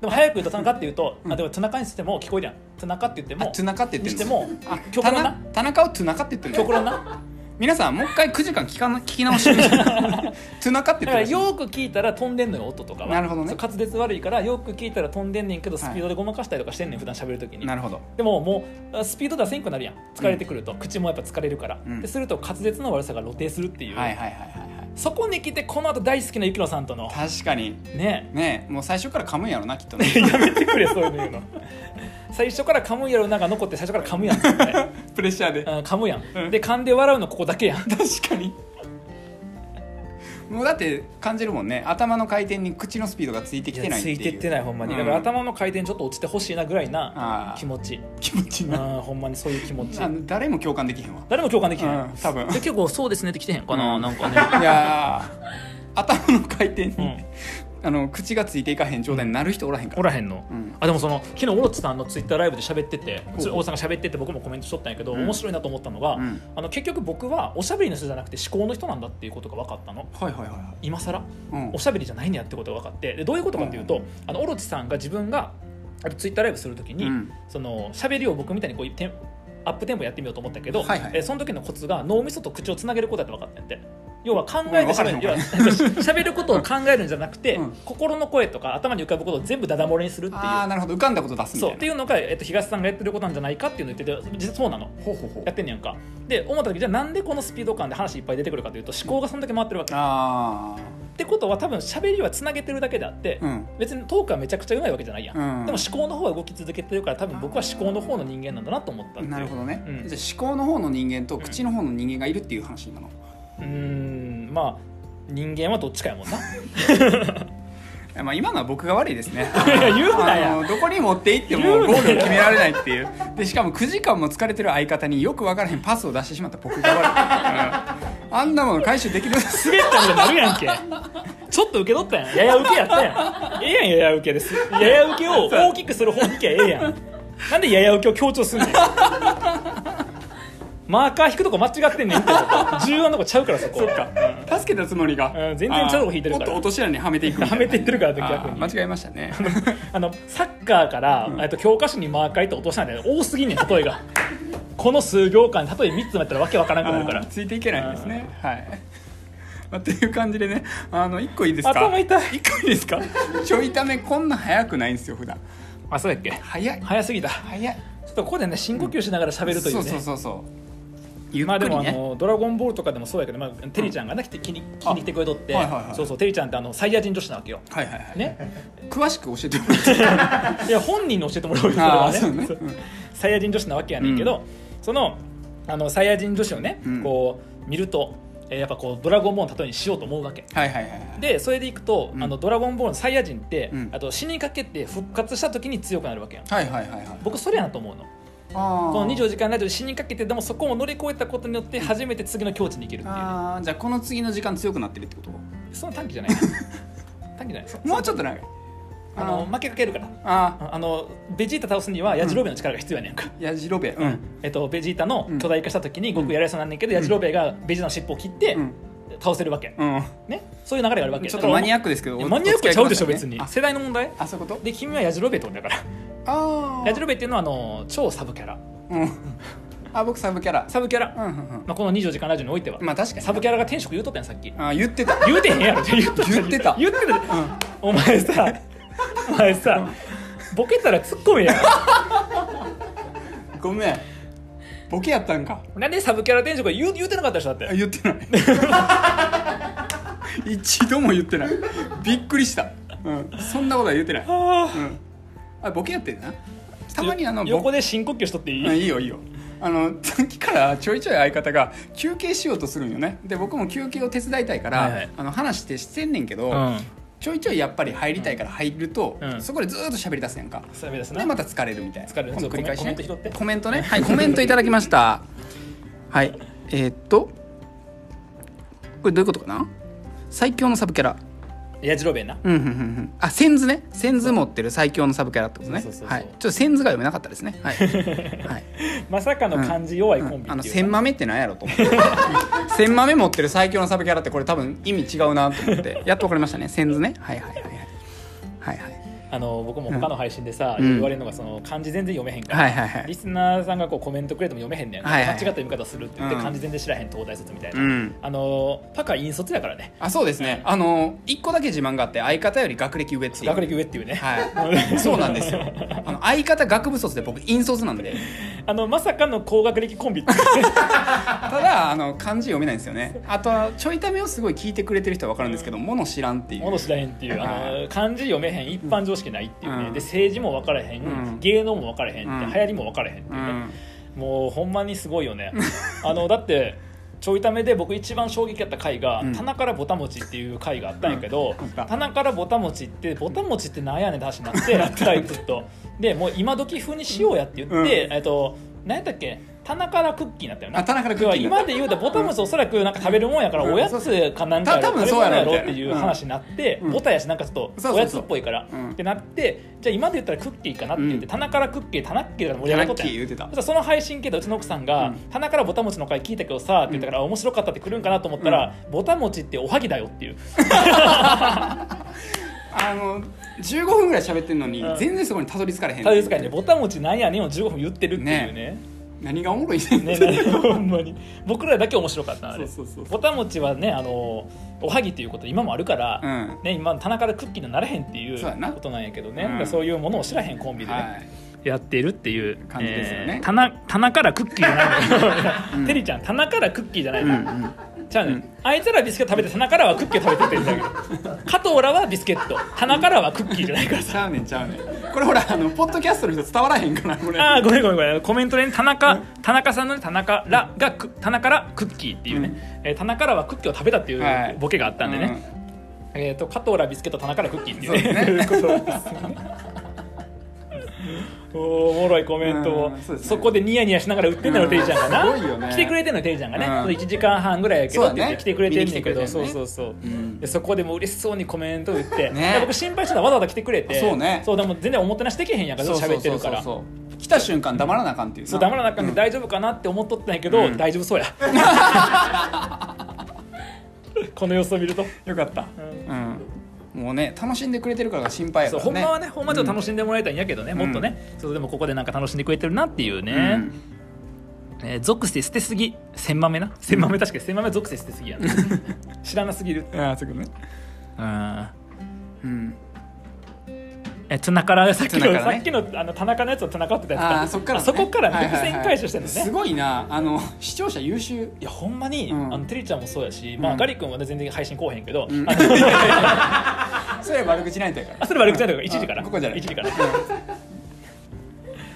[SPEAKER 1] でも早く言うと田中って言うと、
[SPEAKER 2] うん
[SPEAKER 1] あでも田中にしても聞こえるやん田中って言って
[SPEAKER 2] あ
[SPEAKER 1] も
[SPEAKER 2] トゥナカって言って
[SPEAKER 1] にして
[SPEAKER 2] る
[SPEAKER 1] も
[SPEAKER 2] あ
[SPEAKER 1] 極論な
[SPEAKER 2] 田中をトゥナカって言ってる
[SPEAKER 1] 極論な
[SPEAKER 2] 皆さんもう一回9時間聞かな聞 [LAUGHS] き直してみてトゥナカって
[SPEAKER 1] だから
[SPEAKER 2] 言ってる
[SPEAKER 1] よく聞いたら飛んでんのよ音とかは
[SPEAKER 2] なるほどね
[SPEAKER 1] そう滑舌悪いからよく聞いたら飛んでんねんけどスピードでごまかしたりとかしてんねん、普段喋るときに
[SPEAKER 2] なるほど
[SPEAKER 1] でももうあスピード出せんくなるやん疲れてくると、口もやっぱ疲れるから、
[SPEAKER 2] うん
[SPEAKER 1] ですると滑舌の悪さが露呈するっていう、
[SPEAKER 2] はいはいはいはい
[SPEAKER 1] そこに来てこの後大好きなゆきろさんとの
[SPEAKER 2] はい確かに
[SPEAKER 1] ね
[SPEAKER 2] ねもう最初から噛むんやろなきっとね
[SPEAKER 1] [LAUGHS] やめてくれそういうの言うの [LAUGHS] 最初から噛むやろなんか残って最初から噛むやん絶対
[SPEAKER 2] プレッシャーで
[SPEAKER 1] うん噛むやん、
[SPEAKER 2] うん [LAUGHS]
[SPEAKER 1] で噛んで笑うのここだけやん
[SPEAKER 2] 確かにもうだって感じるもんね頭の回転に口のスピードがついてきてないって
[SPEAKER 1] つ
[SPEAKER 2] いう
[SPEAKER 1] いてってないほんまに、
[SPEAKER 2] うん
[SPEAKER 1] だから頭の回転ちょっと落ちてほしいなぐらい
[SPEAKER 2] あ
[SPEAKER 1] な
[SPEAKER 2] ー
[SPEAKER 1] 気持ち
[SPEAKER 2] 気持ちいいな
[SPEAKER 1] あほんまにそういう気持ち
[SPEAKER 2] あの誰も共感できへんわ
[SPEAKER 1] 誰も共感できない、
[SPEAKER 2] うん多分
[SPEAKER 1] で結構そうですねって来てへんかな、
[SPEAKER 2] うん
[SPEAKER 1] なんかね、
[SPEAKER 2] いやー頭の回転に、
[SPEAKER 1] [LAUGHS] うん、
[SPEAKER 2] あの口がついていかへん状態になる人おらへんか
[SPEAKER 1] お
[SPEAKER 2] ら、
[SPEAKER 1] らへんの、
[SPEAKER 2] うん
[SPEAKER 1] あでもその昨日オロチさんのツイッターライブで喋ってて
[SPEAKER 2] ほう
[SPEAKER 1] 大さんが喋ってて僕もコメントしとったんやけど、
[SPEAKER 2] うん
[SPEAKER 1] 面白いなと思ったのが、
[SPEAKER 2] うん
[SPEAKER 1] あの結局僕はおしゃべりの人じゃなくて思考の人なんだっていうことが分かったの
[SPEAKER 2] はいはいはいは
[SPEAKER 1] 今更
[SPEAKER 2] い、うん
[SPEAKER 1] おしゃべりじゃないんだよってことが分かってでどういうことかっていうと、あのオロチさんが自分があのツイッターライブするときに、
[SPEAKER 2] うん
[SPEAKER 1] そのしゃべりを僕みたいにこうテンアップテンポやってみようと思ったけど、
[SPEAKER 2] はいはい
[SPEAKER 1] えその時のコツが脳みそと口をつなげることだって分かったんやって要は考えてしゃべ
[SPEAKER 2] うん
[SPEAKER 1] る
[SPEAKER 2] 分かる
[SPEAKER 1] [LAUGHS]
[SPEAKER 2] の
[SPEAKER 1] しゃべることを考えるんじゃなくて、
[SPEAKER 2] うん
[SPEAKER 1] 心の声とか頭に浮かぶことを全部ダダ漏れにするっていう
[SPEAKER 2] ああなるほど浮かんだこと出すみた
[SPEAKER 1] そう
[SPEAKER 2] い
[SPEAKER 1] っ
[SPEAKER 2] な
[SPEAKER 1] ていうのが、えっと、東さんがやってることなんじゃないかっていうのを言ってて実はそうなの
[SPEAKER 2] ほうほうほう
[SPEAKER 1] やってんねやんかで思った時じゃあなんでこのスピード感で話いっぱい出てくるかというと思考がそんだけ回ってるわけ、っ
[SPEAKER 2] あ
[SPEAKER 1] てことは多分喋りはつなげてるだけであって、
[SPEAKER 2] あうん
[SPEAKER 1] 別にトークはめちゃくちゃうまいわけじゃないやん、
[SPEAKER 2] うん
[SPEAKER 1] でも思考の方は動き続けてるから多分僕は思考の方の人間なんだなと思ったっていう
[SPEAKER 2] なるほどね、
[SPEAKER 1] うん
[SPEAKER 2] じゃあ思考の方の人間と口の方の人間がいるっていう話なの、
[SPEAKER 1] うーんまあ人間はどっちかやもんな
[SPEAKER 2] まあ、今のは僕が悪いですね
[SPEAKER 1] [LAUGHS] いや言うな
[SPEAKER 2] あ
[SPEAKER 1] や
[SPEAKER 2] のどこに持っていってもゴールを決められないっていうでしかも9時間も疲れてる相方によく分からへんパスを出してしまった僕が悪い、うんあんなもの回収できる
[SPEAKER 1] 滑ったみたいになるやんけちょっと受け取ったやんやや受けやったやんええやんやや受けですやや受けを大きくする方に行きゃええやんなんでやや受けを強調すんね [LAUGHS] んマーカー引くとこ間違ってんねんって重要なとこちゃうからそこうん
[SPEAKER 2] 助けたつもりが、
[SPEAKER 1] うん全然ちゃうとこ引いてるから
[SPEAKER 2] あーもっと落とし穴にはめていくみたいな
[SPEAKER 1] はめていってるから逆に
[SPEAKER 2] あー間違えましたね
[SPEAKER 1] あのサッカーから、えっと教科書にマーカー行って落としたんだよ多すぎんねん例えがこの数行間例え3つもやったらわけわからなくなるから
[SPEAKER 2] あーついていけないんですねはい [LAUGHS] まあ、という感じでねあの1個いいですか
[SPEAKER 1] 頭痛い
[SPEAKER 2] 1個いいですかちょいためこんな早くないんですよ普段
[SPEAKER 1] あそうやっけ
[SPEAKER 2] 早い
[SPEAKER 1] 早すぎたち
[SPEAKER 2] 早い
[SPEAKER 1] ょっとここでね深呼吸しながら喋るというね、
[SPEAKER 2] そうそうそうそうゆっ
[SPEAKER 1] まあで
[SPEAKER 2] くり
[SPEAKER 1] もあ
[SPEAKER 2] ね、
[SPEAKER 1] の「ドラゴンボール」とかでもそうやけど、まあ、テリちゃんがね、来て気に気に来てくれとって、
[SPEAKER 2] はいはいはい
[SPEAKER 1] そうそうテリちゃんってあのサイヤ人女子なわけよ。
[SPEAKER 2] はいはいはい、
[SPEAKER 1] ね、
[SPEAKER 2] 詳しく教えてもらっていい
[SPEAKER 1] いや本人に教えてもらうよそれ
[SPEAKER 2] あ
[SPEAKER 1] は
[SPEAKER 2] ー
[SPEAKER 1] ね
[SPEAKER 2] そうね
[SPEAKER 1] そうサイヤ人女子なわけやねんけど、そのあのサイヤ人女子をね、
[SPEAKER 2] うん
[SPEAKER 1] こう見ると、えーやっぱこう「ドラゴンボール」の例えにしようと思うわけ。
[SPEAKER 2] はいはいはいはい
[SPEAKER 1] でそれでいくと「
[SPEAKER 2] うん
[SPEAKER 1] あのドラゴンボール」のサイヤ人って、
[SPEAKER 2] うん
[SPEAKER 1] あと死にかけて復活した時に強くなるわけやん
[SPEAKER 2] はいはいはいはい
[SPEAKER 1] 僕それやなと思うの
[SPEAKER 2] あー
[SPEAKER 1] この24時間ラジオで死にかけてでもそこを乗り越えたことによって初めて次の境地に行けるっていうね、
[SPEAKER 2] あーじゃあこの次の時間強くなってるってこと
[SPEAKER 1] その短期じゃ
[SPEAKER 2] [LAUGHS]
[SPEAKER 1] ない短期じゃない
[SPEAKER 2] もうちょっと長い
[SPEAKER 1] あの負けかけるから
[SPEAKER 2] あ
[SPEAKER 1] あのベジータ倒すにはヤジロベエの力が必要やねんか、
[SPEAKER 2] ーやじろべえうん
[SPEAKER 1] えっと、ベジータの巨大化した時に悟空やられそうなんねんけど、ヤジロベエがベジータの尻尾を切って
[SPEAKER 2] うん
[SPEAKER 1] 倒せるわけ、
[SPEAKER 2] うん
[SPEAKER 1] ね、そういう流れがあるわけ
[SPEAKER 2] ちょっとマニア
[SPEAKER 1] ッ
[SPEAKER 2] ックですけど
[SPEAKER 1] マニアックちゃうでしょ別に
[SPEAKER 2] あ
[SPEAKER 1] 世代の問題
[SPEAKER 2] あそういうこと
[SPEAKER 1] で君はヤジロベエってことだから
[SPEAKER 2] あ
[SPEAKER 1] ヤジロベエっていうのはあの超サブキャラ
[SPEAKER 2] うんあ僕サブキャラ
[SPEAKER 1] サブキャラ、
[SPEAKER 2] うんうん
[SPEAKER 1] まあ、この24時間ラジオにおいては、
[SPEAKER 2] うんまあ確かに
[SPEAKER 1] サブキャラが天職言うとったやんさっき
[SPEAKER 2] あ言ってた
[SPEAKER 1] 言うてへんやろ言っと
[SPEAKER 2] 言ってた
[SPEAKER 1] [LAUGHS] 言ってたお前さ
[SPEAKER 2] [LAUGHS]
[SPEAKER 1] お前さボケたら突っ込めや
[SPEAKER 2] ごめんボケやったんか
[SPEAKER 1] なんでサブキャラ転職言う言うてなかったでしょだっ
[SPEAKER 2] あ
[SPEAKER 1] て
[SPEAKER 2] 言ってない [LAUGHS] 一度も言ってないびっくりしたうんそんなことは言ってないうんあボケやってんなたまにあのボ
[SPEAKER 1] 横で深呼吸しとっていい、
[SPEAKER 2] うんいいよいいよあの [LAUGHS] さっきからちょいちょい相方が休憩しようとするんよねで僕も休憩を手伝いたいから、
[SPEAKER 1] はいはい
[SPEAKER 2] あの話してしてんねんけど、
[SPEAKER 1] うん
[SPEAKER 2] ちょいちょいやっぱり入りたいから入ると、
[SPEAKER 1] うん
[SPEAKER 2] そこでずーっと喋り出すやんか、
[SPEAKER 1] それ目です
[SPEAKER 2] で
[SPEAKER 1] な、
[SPEAKER 2] また疲れるみたいな
[SPEAKER 1] 疲れる
[SPEAKER 2] 今度繰り返しね
[SPEAKER 1] ちょっとコメント拾って
[SPEAKER 2] コメントねはいコメントいただきました [LAUGHS] はいえーっとこれどういうことかな最強のサブキャラ
[SPEAKER 1] ヤジロベエな
[SPEAKER 2] うんうんうんうんあセンズねセンズ持ってる最強のサブキャラってことね
[SPEAKER 1] そうそうそうそう
[SPEAKER 2] はいちょっとセンズが読めなかったで
[SPEAKER 1] [LAUGHS]
[SPEAKER 2] すねはい、はい
[SPEAKER 1] まさかの漢字弱いコンビっていうう、
[SPEAKER 2] んあの千豆ってなんやろと思って
[SPEAKER 1] [LAUGHS]
[SPEAKER 2] 千豆持ってる最強のサブキャラってこれ多分意味違うなと
[SPEAKER 1] [LAUGHS]
[SPEAKER 2] 思ってやっと分かりましたね千図ねはいはいはいはいはいはい
[SPEAKER 1] あの僕も他の配信でさ、
[SPEAKER 2] うん
[SPEAKER 1] よく言われるのがその漢字全然読めへんから、
[SPEAKER 2] はいはいはい
[SPEAKER 1] リスナーさんがこうコメントくれても読めへんねん、
[SPEAKER 2] はい
[SPEAKER 1] 間
[SPEAKER 2] はい
[SPEAKER 1] 違った読み方するって言って、
[SPEAKER 2] うん
[SPEAKER 1] 漢字全然知らへん東大卒みたいな、
[SPEAKER 2] うん
[SPEAKER 1] あのパカ引率やからね
[SPEAKER 2] あそうですねあの一個だけ自慢があって相方より学歴上っていう
[SPEAKER 1] 学歴上っていうね、
[SPEAKER 2] はいそうなんですよあの相方学部卒で僕引卒なんで
[SPEAKER 1] あのまさかの高学歴コンビって
[SPEAKER 2] [LAUGHS] ただあの漢字読めないんですよねあとはちょいためをすごい聞いてくれてる人は分かるんですけど物知らんっていう
[SPEAKER 1] もの知らへんっていうあ
[SPEAKER 2] は
[SPEAKER 1] の漢字読めへん一般常識ないっていうね、
[SPEAKER 2] うん
[SPEAKER 1] で政治も分からへん、
[SPEAKER 2] うん
[SPEAKER 1] 芸能も分からへんって、
[SPEAKER 2] うん
[SPEAKER 1] 流行りも分からへんっていううね、
[SPEAKER 2] ん
[SPEAKER 1] もうほんまにすごいよねあのだってちょいためで僕一番衝撃やった回が、
[SPEAKER 2] うん
[SPEAKER 1] 棚からぼたもちっていう回があったんやけど、
[SPEAKER 2] うん
[SPEAKER 1] 棚からぼたもちってぼたもちってなんやねんって話になってなったりずっとでもう今時風にしようやって言って、
[SPEAKER 2] うん
[SPEAKER 1] えっと何やったっけ棚からクッキーになったよね
[SPEAKER 2] あ棚からクッキーになった
[SPEAKER 1] 今で言うとぼたもちおそらくなんか食べるもんやから、
[SPEAKER 2] うん
[SPEAKER 1] おやつかなんか
[SPEAKER 2] た多分そうや
[SPEAKER 1] 食べ
[SPEAKER 2] ろ
[SPEAKER 1] 物ろっていう話になって、
[SPEAKER 2] うん
[SPEAKER 1] ぼたやしなんかちょっと
[SPEAKER 2] そうそうそう
[SPEAKER 1] おやつっぽいから
[SPEAKER 2] うん
[SPEAKER 1] ってなってじゃあ今で言ったらクッキーかなって言って、
[SPEAKER 2] うん
[SPEAKER 1] 棚からクッキー棚っけが盛り上がっとったやん
[SPEAKER 2] 棚っけ言うてた
[SPEAKER 1] そしたらその配信聞いたうちの奥さんが「
[SPEAKER 2] うん
[SPEAKER 1] 棚からぼたもちの回聞いたけどさ」って言ったから、面白かったって来るんかなと思ったら「ぼたもちっておはぎだよ」っていう
[SPEAKER 2] あの15分ぐらい喋ってんのに
[SPEAKER 1] うん
[SPEAKER 2] 全然そこにたどり着かれへん
[SPEAKER 1] たどり着かへんね「ぼたもちなんやねん」を15分言ってるっていうね
[SPEAKER 2] 何がおもろいねん
[SPEAKER 1] ねなほんまに僕らだけ面白かったなあ
[SPEAKER 2] そ
[SPEAKER 1] れ
[SPEAKER 2] うそうそう
[SPEAKER 1] ぼたもちはねあのおはぎということ今もあるから、
[SPEAKER 2] うん
[SPEAKER 1] ね、今棚からクッキーになれへんっていう
[SPEAKER 2] そうやな
[SPEAKER 1] ことなんやけどね
[SPEAKER 2] うん
[SPEAKER 1] だからそういうものを知らへんコンビでね、
[SPEAKER 2] はい
[SPEAKER 1] やってるっていう
[SPEAKER 2] 感じですよね
[SPEAKER 1] えー棚棚からクッキーじゃないの、
[SPEAKER 2] うん
[SPEAKER 1] てりちゃん棚からクッキーじゃないうの、
[SPEAKER 2] んうん
[SPEAKER 1] じゃあね、あいつらビスケット食べて棚からはクッキーを食べてって言ってたけど加藤らはビスケット棚からはクッキーじゃないから
[SPEAKER 2] ち
[SPEAKER 1] さ
[SPEAKER 2] ゃうねんちゃうねんこれほらあのポッドキャストの人伝わらへんからこ
[SPEAKER 1] [LAUGHS]
[SPEAKER 2] れ
[SPEAKER 1] ああごめんごめんごめんコメントで、ね、田中田中さんの、ね、田中らがく田中らクッキーっていうね、えー、棚からはクッキーを食べたってい
[SPEAKER 2] はいう
[SPEAKER 1] ボケがあったんでね、えー、と加藤らビスケット棚からクッキーっていうね
[SPEAKER 2] そうで
[SPEAKER 1] ことですよね [LAUGHS] おーおもろいコメントを
[SPEAKER 2] うんそ
[SPEAKER 1] そ,、
[SPEAKER 2] うですね
[SPEAKER 1] こでニヤニヤしながら売ってんだろ
[SPEAKER 2] うん
[SPEAKER 1] てりちゃんがな
[SPEAKER 2] すごいよね
[SPEAKER 1] 来てくれてんのてりちゃんがね、
[SPEAKER 2] うん
[SPEAKER 1] その1時間半ぐらいやけどって言って、
[SPEAKER 2] そうだね
[SPEAKER 1] 来てくれてんねんけど
[SPEAKER 2] 見に来て
[SPEAKER 1] そ
[SPEAKER 2] くれてん
[SPEAKER 1] う
[SPEAKER 2] ね
[SPEAKER 1] そうそう、
[SPEAKER 2] うん
[SPEAKER 1] でそこでもう嬉しそうにコメント打って、
[SPEAKER 2] ね
[SPEAKER 1] で僕心配してたわざわざ来てくれて
[SPEAKER 2] そうね
[SPEAKER 1] でも全然おもてなしできへんやんかずっと喋ってるから
[SPEAKER 2] そうそうそうそう来た瞬間黙らなあかんっていうな
[SPEAKER 1] そう黙らなあかんで大丈夫かなって思っとったんやけど、
[SPEAKER 2] うん
[SPEAKER 1] 大丈夫
[SPEAKER 2] [LAUGHS]
[SPEAKER 1] そうやこの様子を見ると、
[SPEAKER 2] よかった
[SPEAKER 1] うん
[SPEAKER 2] うんもうね楽しんでくれてるからが心配やか
[SPEAKER 1] そうほ
[SPEAKER 2] ら
[SPEAKER 1] ん
[SPEAKER 2] ね
[SPEAKER 1] まはねほんまちょっと楽しんでもらいたいんやけどね、
[SPEAKER 2] ん
[SPEAKER 1] もっとねそうでもここでなんか楽しんでくれてるなっていう
[SPEAKER 2] う
[SPEAKER 1] ね、
[SPEAKER 2] ん
[SPEAKER 1] えー属性捨てすぎ千豆な千豆確かに千豆は属性捨てす
[SPEAKER 2] [LAUGHS]
[SPEAKER 1] ぎやな知らなすぎる
[SPEAKER 2] ああそういうことね
[SPEAKER 1] うん
[SPEAKER 2] うん
[SPEAKER 1] えトナからさっき
[SPEAKER 2] ト
[SPEAKER 1] の、
[SPEAKER 2] ナカ
[SPEAKER 1] さ
[SPEAKER 2] ラね
[SPEAKER 1] っきのあの田中のやつを田中ってやつ
[SPEAKER 2] あーそっからね
[SPEAKER 1] そこから
[SPEAKER 2] はいはい
[SPEAKER 1] 伏
[SPEAKER 2] はい
[SPEAKER 1] 線回収してるのね、
[SPEAKER 2] す
[SPEAKER 1] い
[SPEAKER 2] ごいなあの視聴者優秀
[SPEAKER 1] やほんまに、
[SPEAKER 2] うん
[SPEAKER 1] あのてりちゃんもそうやし、ま
[SPEAKER 2] う
[SPEAKER 1] あ、
[SPEAKER 2] ん
[SPEAKER 1] ガリ君は、ね、全然配信来おへんけど、
[SPEAKER 2] うん
[SPEAKER 1] あの
[SPEAKER 2] それは悪口ないとやから
[SPEAKER 1] あそれ悪口ないとか1時から
[SPEAKER 2] あここじゃない
[SPEAKER 1] 1時から [LAUGHS]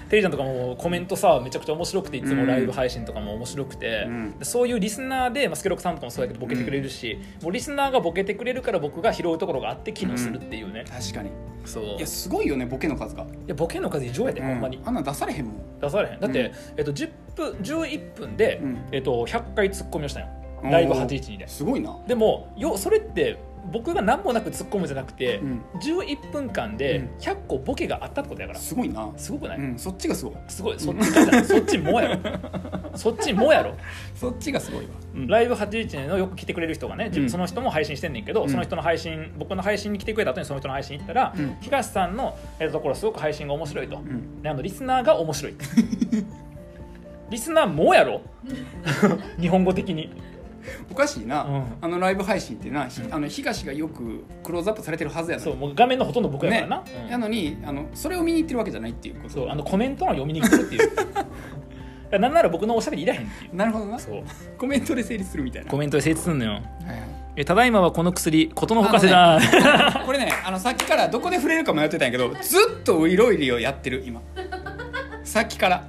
[SPEAKER 1] てりちゃんとかもコメントさめちゃくちゃ面白くていつもライブ配信とかも面白くて、
[SPEAKER 2] うん
[SPEAKER 1] でそういうリスナーで、まあ、スケロクさんとかもそうやけどボケてくれるし、もうリスナーがボケてくれるから僕が拾うところがあって機能するっていうね、
[SPEAKER 2] 確かに
[SPEAKER 1] そうい
[SPEAKER 2] い
[SPEAKER 1] や
[SPEAKER 2] やすごいよねボケの数が
[SPEAKER 1] ボケの数異常やで、ほんまに
[SPEAKER 2] うあんなん出されへんもん
[SPEAKER 1] 出されへんだって、
[SPEAKER 2] うん
[SPEAKER 1] えっと、10分11分で、
[SPEAKER 2] うん
[SPEAKER 1] えっと、100回突っ込みをしたんよライブ
[SPEAKER 2] おー
[SPEAKER 1] 812です
[SPEAKER 2] ごいな
[SPEAKER 1] でもよそれって僕が何もなく突っ込むじゃなくて、
[SPEAKER 2] うん
[SPEAKER 1] 11分間
[SPEAKER 2] う
[SPEAKER 1] で
[SPEAKER 2] ん
[SPEAKER 1] 100個ボケがあったってことやから、
[SPEAKER 2] すごいな
[SPEAKER 1] すごくない、
[SPEAKER 2] うんそっちがすごい
[SPEAKER 1] すごいそっちかじゃないそっちもやろそっちもやろ、
[SPEAKER 2] そっちがすごいわ
[SPEAKER 1] ライブ81のよく来てくれる人がね、自
[SPEAKER 2] うん
[SPEAKER 1] 分その人も配信してんねんけど、
[SPEAKER 2] うん
[SPEAKER 1] その人の配信僕の配信に来てくれた後にその人の配信行ったら、
[SPEAKER 2] うん
[SPEAKER 1] 東さんの、えーところすごく配信が面白いと、
[SPEAKER 2] ん
[SPEAKER 1] であのリスナーが面
[SPEAKER 2] [LAUGHS]
[SPEAKER 1] 白いリスナーもやろ日本語的に
[SPEAKER 2] おかしいな、
[SPEAKER 1] うん
[SPEAKER 2] あのライブ配信ってな、ひあの東がよくクローズアップされてるはずやの
[SPEAKER 1] そ
[SPEAKER 2] に
[SPEAKER 1] うもう画面のほとんど僕やから
[SPEAKER 2] ね
[SPEAKER 1] な、うん
[SPEAKER 2] やのにあのそれを見に行ってるわけじゃないっていうこと
[SPEAKER 1] そうあのコメントの読みに来るって
[SPEAKER 2] [LAUGHS]
[SPEAKER 1] いうだからなんなら僕のおしゃべりいらへんっていう
[SPEAKER 2] なるほどな
[SPEAKER 1] そう
[SPEAKER 2] コメントで成立するみたいな
[SPEAKER 1] コメントで成立するのよ
[SPEAKER 2] はいはい
[SPEAKER 1] えただいまはこの薬ことのほかせだ、
[SPEAKER 2] [LAUGHS] これねあのさっきからどこで触れるか迷ってたんやけどずっといろいろやってる今さっきから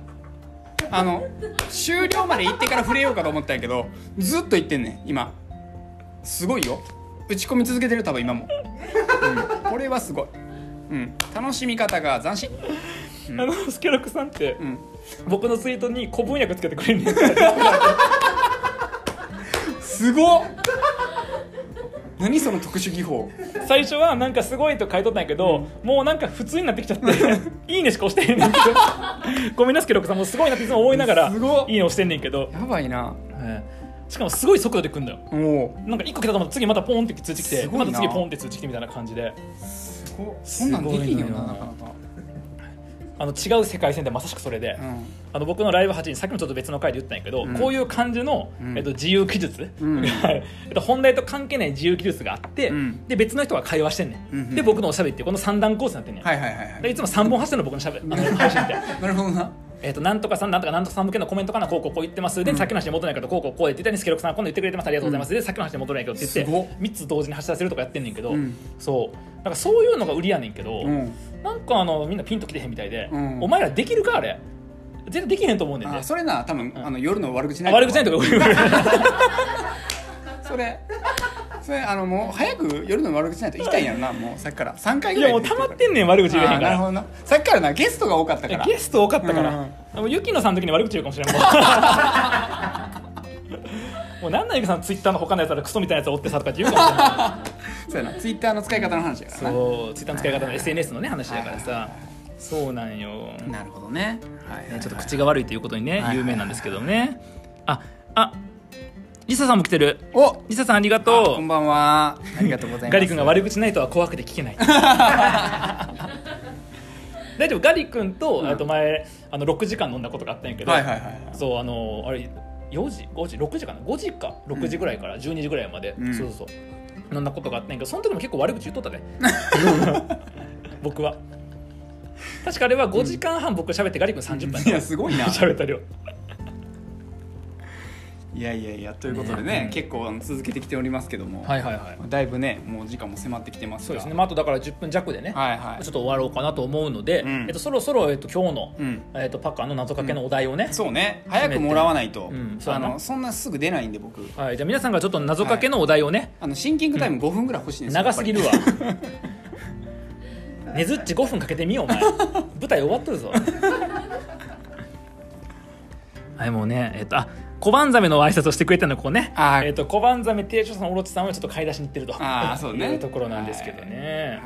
[SPEAKER 2] あの終了まで行ってから触れようかと思ったんやけどずっと言ってんねん今すごいよ打ち込み続けてる多分今も、うん、これはすごい、うん、楽しみ方が斬新
[SPEAKER 1] [LAUGHS] あのスケロクさんって、
[SPEAKER 2] うん
[SPEAKER 1] 僕のツイートに古文訳つけてくれるん
[SPEAKER 2] [LAUGHS]
[SPEAKER 1] です
[SPEAKER 2] すごっ何その特殊技法
[SPEAKER 1] 最初はなんかすごいと書いとったんやけど、もうなんか普通になってきちゃって
[SPEAKER 2] [LAUGHS]
[SPEAKER 1] いいねしか押してへんねんけどごめんなスケロクさんもうすごいなっていつも思いながらい
[SPEAKER 2] す
[SPEAKER 1] い
[SPEAKER 2] ごっ
[SPEAKER 1] ね押してんねんけど、
[SPEAKER 2] やばいな
[SPEAKER 1] はいしかもすごい速度で来るんだよ
[SPEAKER 2] も
[SPEAKER 1] なんか1個来たと思ったら次またポンって通知来て
[SPEAKER 2] すごいな
[SPEAKER 1] また次ポンって通知来てみたいな感じで
[SPEAKER 2] うすごっそんなんできん
[SPEAKER 1] すごいの
[SPEAKER 2] よな
[SPEAKER 1] よ
[SPEAKER 2] なかなか、
[SPEAKER 1] あの違う世界線でまさしくそれで、
[SPEAKER 2] うん、
[SPEAKER 1] あの僕のライブ8時さっきもちょっと別の回で言ったんやけど、
[SPEAKER 2] うん
[SPEAKER 1] こういう感じの、
[SPEAKER 2] うん
[SPEAKER 1] えっと、自由記述、
[SPEAKER 2] う
[SPEAKER 1] [LAUGHS]
[SPEAKER 2] ん
[SPEAKER 1] えっと、本題と関係ない自由記述があって、
[SPEAKER 2] うん
[SPEAKER 1] で別の人が会話してんねん、
[SPEAKER 2] うんうん
[SPEAKER 1] で僕のおしゃべりっていうこの三段コースになってんねん、
[SPEAKER 2] はいはいはいはい
[SPEAKER 1] でいつも3本走ってんの僕のしゃべあの
[SPEAKER 2] [LAUGHS]
[SPEAKER 1] 配信って。
[SPEAKER 2] なるほどな
[SPEAKER 1] えっとなんとかさん、なんとかなんとかさん向けのコメントかな、こうこうこう言ってます、で、さっきの話に戻らないけど、こうこうこうって言ったり、スケロクさん、今度言ってくれてます、ありがとうございます、で、さっきの話に戻らないけどって
[SPEAKER 2] すご
[SPEAKER 1] 言
[SPEAKER 2] っ
[SPEAKER 1] って、3つ同時に発射するとかやってんねんけど、
[SPEAKER 2] うん
[SPEAKER 1] そう、なんかそういうのが売りやねんけど、
[SPEAKER 2] うん
[SPEAKER 1] なんかあのみんなピンときてへんみたいで、
[SPEAKER 2] うん
[SPEAKER 1] お前らできるかあれ絶対できへんと思うねん
[SPEAKER 2] あ
[SPEAKER 1] ね
[SPEAKER 2] それな多分、あの夜 [LAUGHS] の悪口な
[SPEAKER 1] あ
[SPEAKER 2] い
[SPEAKER 1] 悪口ないとか
[SPEAKER 2] それそれあのもう早く夜の悪口ないと行きたいんやろなもうさっきから3回
[SPEAKER 1] い
[SPEAKER 2] ぐら
[SPEAKER 1] や
[SPEAKER 2] い
[SPEAKER 1] もう溜まってんねん悪口言えへ
[SPEAKER 2] あ
[SPEAKER 1] んか
[SPEAKER 2] ーなるほ
[SPEAKER 1] ら
[SPEAKER 2] どなさっきからなゲストが多かったから
[SPEAKER 1] ゲスト多かったか
[SPEAKER 2] うん
[SPEAKER 1] ら
[SPEAKER 2] うん
[SPEAKER 1] でもユキノさんの時に悪口言うかもし
[SPEAKER 2] [LAUGHS]
[SPEAKER 1] れんもうもうなんなんユキさんツイッターの他のやつらクソみたいなやつおってさとかって言うかもしれない
[SPEAKER 2] そうやなツイッターの使い方の話やからな
[SPEAKER 1] そうツイッターの使い方の SNS のね話だからさそうなんよ、ね、
[SPEAKER 2] なるほどね、はい
[SPEAKER 1] ちょっと口が悪いということにね
[SPEAKER 2] はい
[SPEAKER 1] 有名なんですけどもねああリサさんも来てる
[SPEAKER 2] お
[SPEAKER 1] リサさんありが
[SPEAKER 2] ことん
[SPEAKER 1] う
[SPEAKER 2] ばんはありがとうございます
[SPEAKER 1] ガリ君が悪口ないとは怖くて聞け
[SPEAKER 2] [LAUGHS]
[SPEAKER 1] ない大丈夫ガリ君と、
[SPEAKER 2] ん
[SPEAKER 1] あと前あの6時間飲んだことがあったんやけど、
[SPEAKER 2] はいはいはい
[SPEAKER 1] そうあのあれ4時5時6時かな5時か6時ぐらいから12時ぐらいまで、
[SPEAKER 2] うん
[SPEAKER 1] そうそうそう飲んだことがあったんやけどその時も結構悪口言っと
[SPEAKER 2] [LAUGHS]
[SPEAKER 1] ったね僕は確かあれは5時間半僕喋ってガリ君30分
[SPEAKER 2] いやす
[SPEAKER 1] [LAUGHS]
[SPEAKER 2] ごいな
[SPEAKER 1] 喋った量
[SPEAKER 2] いやいやいやということでね
[SPEAKER 1] うん
[SPEAKER 2] 結構あの続けてきておりますけども、
[SPEAKER 1] はいはいはい
[SPEAKER 2] だいぶねもう時間も迫ってきてますが
[SPEAKER 1] そうですね、まあ、あとだから10分弱でね、
[SPEAKER 2] はいはい
[SPEAKER 1] ちょっと終わろうかなと思うので、
[SPEAKER 2] うん
[SPEAKER 1] えっと、そろそろ、えっと、今日の、
[SPEAKER 2] うん
[SPEAKER 1] えっと、パッカーの謎かけのお題をね、
[SPEAKER 2] そうね早くもらわないと、
[SPEAKER 1] うんそう
[SPEAKER 2] あ
[SPEAKER 1] やな
[SPEAKER 2] のそんなすぐ出ないんで僕
[SPEAKER 1] はい、じゃあ皆さんがちょっと謎かけのお題をね、
[SPEAKER 2] あのシンキングタイム5分ぐらい欲しいんですよ
[SPEAKER 1] 長すぎるわねずっち5分かけてみようお
[SPEAKER 2] [LAUGHS]
[SPEAKER 1] 前舞台終わっとるぞはいもうねえっとあ小判ザメの挨拶をしてくれたのここね
[SPEAKER 2] あー
[SPEAKER 1] えっと小判ザメ亭長さんオロチさんはちょっと買い出しに行ってると
[SPEAKER 2] あーそうね
[SPEAKER 1] いうところなんですけどね、
[SPEAKER 2] やっぱりはい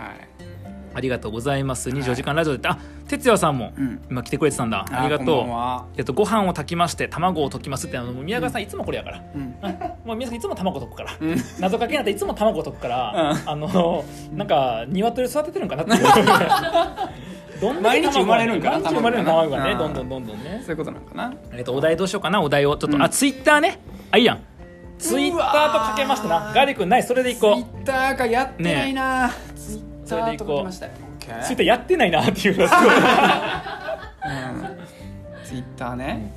[SPEAKER 1] ありがとうございます24時間ラジオで、あ哲也さんも
[SPEAKER 2] うん
[SPEAKER 1] 今来てくれてたんだ、ありが
[SPEAKER 2] こ
[SPEAKER 1] と
[SPEAKER 2] んばん
[SPEAKER 1] う
[SPEAKER 2] は
[SPEAKER 1] えっとご飯を炊きまして卵を溶きますってあのもう宮川さんいつもこれやから、
[SPEAKER 2] うん
[SPEAKER 1] もう皆さんいつも卵溶くから、
[SPEAKER 2] ん
[SPEAKER 1] 謎かけになっていつも卵溶くから、
[SPEAKER 2] う
[SPEAKER 1] あのなんか鶏育ててるんかなっていうどんだけ
[SPEAKER 2] 毎日生まれるんかな
[SPEAKER 1] 毎日生まれるんかな
[SPEAKER 2] 卵
[SPEAKER 1] 卵
[SPEAKER 2] が
[SPEAKER 1] が
[SPEAKER 2] な
[SPEAKER 1] ねどんどんどんどんね
[SPEAKER 2] そういうことなのかな
[SPEAKER 1] えっとお題どうしようかなお題をちょっと、
[SPEAKER 2] うん
[SPEAKER 1] あツイッターねあいいやんツイッターとかけましたなガーリ君ないそれでいこ
[SPEAKER 2] ツイ
[SPEAKER 1] う
[SPEAKER 2] ッターかやってないな、ツイッターとか来ましたよ
[SPEAKER 1] ツイッターやってないなっていう [LAUGHS] のがすごい
[SPEAKER 2] ツイッターね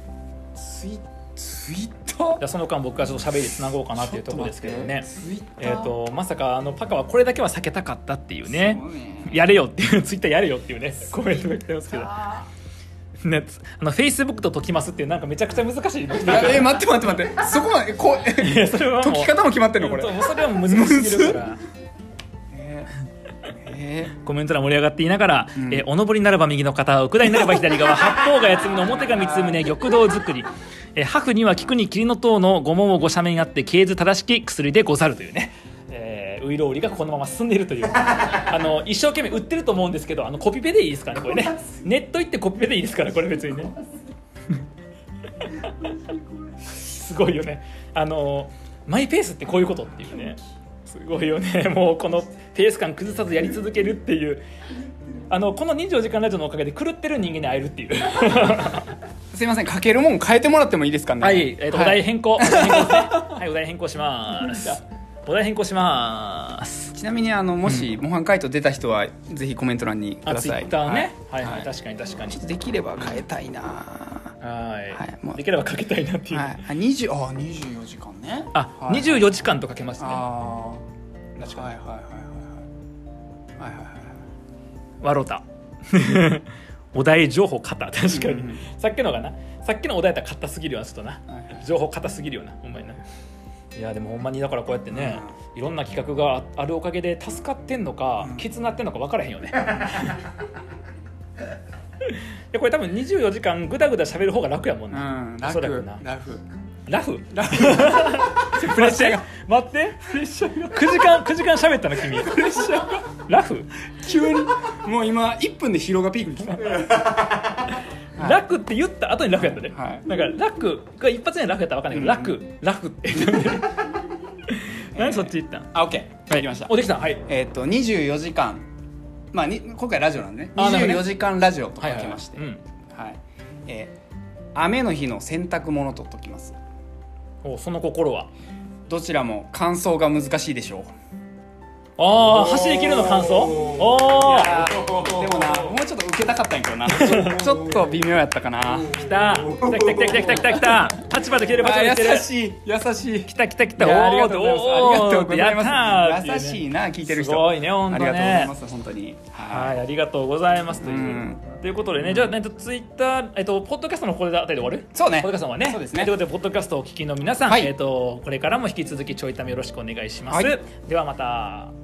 [SPEAKER 2] ツイツイッター
[SPEAKER 1] じゃあその間僕はちょっと喋りつなごうかなっていうところですけどね
[SPEAKER 2] ちょっと待ってツイッター
[SPEAKER 1] えっとまさかあのパカはこれだけは避けたかったっていうね
[SPEAKER 2] そうね
[SPEAKER 1] やれよっていうツイッターやれよっていうねコメントが来てますけどねあのフェイスブックと解きますっていうなんかめちゃくちゃ難しいの来てる
[SPEAKER 2] あえ待って待って待ってそこまでこう
[SPEAKER 1] [LAUGHS]
[SPEAKER 2] え
[SPEAKER 1] いやそれはも
[SPEAKER 2] 解
[SPEAKER 1] う
[SPEAKER 2] き方も決まってん
[SPEAKER 1] [LAUGHS]
[SPEAKER 2] のこれ
[SPEAKER 1] そうそれはもう難しすぎるから
[SPEAKER 2] えーえ
[SPEAKER 1] コメント欄盛り上がっていながら、
[SPEAKER 2] ん
[SPEAKER 1] えーお上りになれば右の肩奥田になれば左側八方が八つ身の表が三つ胸玉堂作り、えー、白には菊に霧の塔の御門をご斜面あって経図正しき薬でござるというね、えー、ウイロウリがこのまま進んでいるというあの一生懸命売ってると思うんですけどあのコピペでいいですからねこれねネット行ってコピペでいいですからこれ別にね [LAUGHS] すごいよねあのマイペースってこういうことっていうねすごいよね [LAUGHS] もうこのペース感崩さずやり続けるっていうあのこの24時間ラジオのおかげで狂ってる人間に会えるっていう
[SPEAKER 2] ーすいませんかけるもん変えてもらってもいいですかね
[SPEAKER 1] はい、えーとお題変更、お題変更ですねはいお題変更しますお題変更します
[SPEAKER 2] ちなみにあのもし模範解答出た人はぜひコメント欄にく
[SPEAKER 1] あ
[SPEAKER 2] だ
[SPEAKER 1] ツイ
[SPEAKER 2] さい
[SPEAKER 1] ッターねはいはい、
[SPEAKER 2] はい
[SPEAKER 1] 確かに確かに
[SPEAKER 2] ちょっとできれば変えたいなは
[SPEAKER 1] はい、
[SPEAKER 2] はいもう
[SPEAKER 1] できればかけたいなって
[SPEAKER 2] い
[SPEAKER 1] いう、
[SPEAKER 2] あ20あ24時間ね
[SPEAKER 1] あ、
[SPEAKER 2] はい
[SPEAKER 1] 24時間とかけましたね
[SPEAKER 2] ああ確かにはいはいはいはいはいはいはい
[SPEAKER 1] わろた [LAUGHS] お題情報硬確かに、
[SPEAKER 2] うんうん
[SPEAKER 1] さっきのがなさっきのお題やったら硬すぎるよなちょっとな、
[SPEAKER 2] はいはい
[SPEAKER 1] 情報硬すぎるよなほんまにないやでもほんまにだからこうやってね、いろんな企画があるおかげで助かってんのか、
[SPEAKER 2] うん
[SPEAKER 1] ケツなってんのか分からへんよね [LAUGHS] いやこれ多分24時間ぐだぐだ喋る方が楽やもんな、
[SPEAKER 2] うん、
[SPEAKER 1] おそらく
[SPEAKER 2] 楽
[SPEAKER 1] な
[SPEAKER 2] 楽
[SPEAKER 1] ラフ
[SPEAKER 2] ラフプレッシャーが
[SPEAKER 1] 待ってプレッシャーが9時間9時間喋ったの君プレッシャーラフ
[SPEAKER 2] 急にもう今1分で疲労がピークに来た
[SPEAKER 1] 楽って言った後に楽やったね、
[SPEAKER 2] はい
[SPEAKER 1] だから楽が一発目に楽やったら分かんないけど、楽楽って何そっち行ったん、
[SPEAKER 2] あオッケーできました
[SPEAKER 1] おできたはい
[SPEAKER 2] えっ、と24時間まあに今回ラジオなんでね
[SPEAKER 1] あなるほどね
[SPEAKER 2] 24時間ラジオと書きまして
[SPEAKER 1] はいはい
[SPEAKER 2] はいえー雨の日の洗濯物と解きます
[SPEAKER 1] うん、おその心は
[SPEAKER 2] どちらも感想が難しいでしょう
[SPEAKER 1] ああ走り切るの感想おお
[SPEAKER 2] いやーでもなもうちょっと受けたかったんやけどな [LAUGHS] ちょちょっと微妙やったかな
[SPEAKER 1] 来た来た来た来た来た来た来た立場で来てる立
[SPEAKER 2] あ
[SPEAKER 1] 場で来てる
[SPEAKER 2] 優しい優しい
[SPEAKER 1] 来た来た来
[SPEAKER 2] い
[SPEAKER 1] た
[SPEAKER 2] やあり
[SPEAKER 1] お
[SPEAKER 2] が
[SPEAKER 1] ー
[SPEAKER 2] とうございます
[SPEAKER 1] お
[SPEAKER 2] あり
[SPEAKER 1] ー
[SPEAKER 2] がとうござい
[SPEAKER 1] や
[SPEAKER 2] ま
[SPEAKER 1] っ
[SPEAKER 2] す
[SPEAKER 1] たーっ
[SPEAKER 2] 優
[SPEAKER 1] てう
[SPEAKER 2] し
[SPEAKER 1] ね
[SPEAKER 2] いな聞いてる人
[SPEAKER 1] すごいねほん
[SPEAKER 2] あ
[SPEAKER 1] と
[SPEAKER 2] りがとうござい
[SPEAKER 1] ね
[SPEAKER 2] ます本当に
[SPEAKER 1] は
[SPEAKER 2] はい
[SPEAKER 1] ありがとうございます
[SPEAKER 2] い
[SPEAKER 1] と
[SPEAKER 2] う
[SPEAKER 1] いうんということでね、じゃあね、ツイッター、えっと、ポッドキャストのこれであたりで終わる
[SPEAKER 2] そうね
[SPEAKER 1] ポッドキャストはね。
[SPEAKER 2] そうですね
[SPEAKER 1] ということで、ポッドキャストをお聞きの皆さん、
[SPEAKER 2] はい
[SPEAKER 1] えっと、これからも引き続きちょいためよろしくお願いします。
[SPEAKER 2] はい
[SPEAKER 1] ではまた。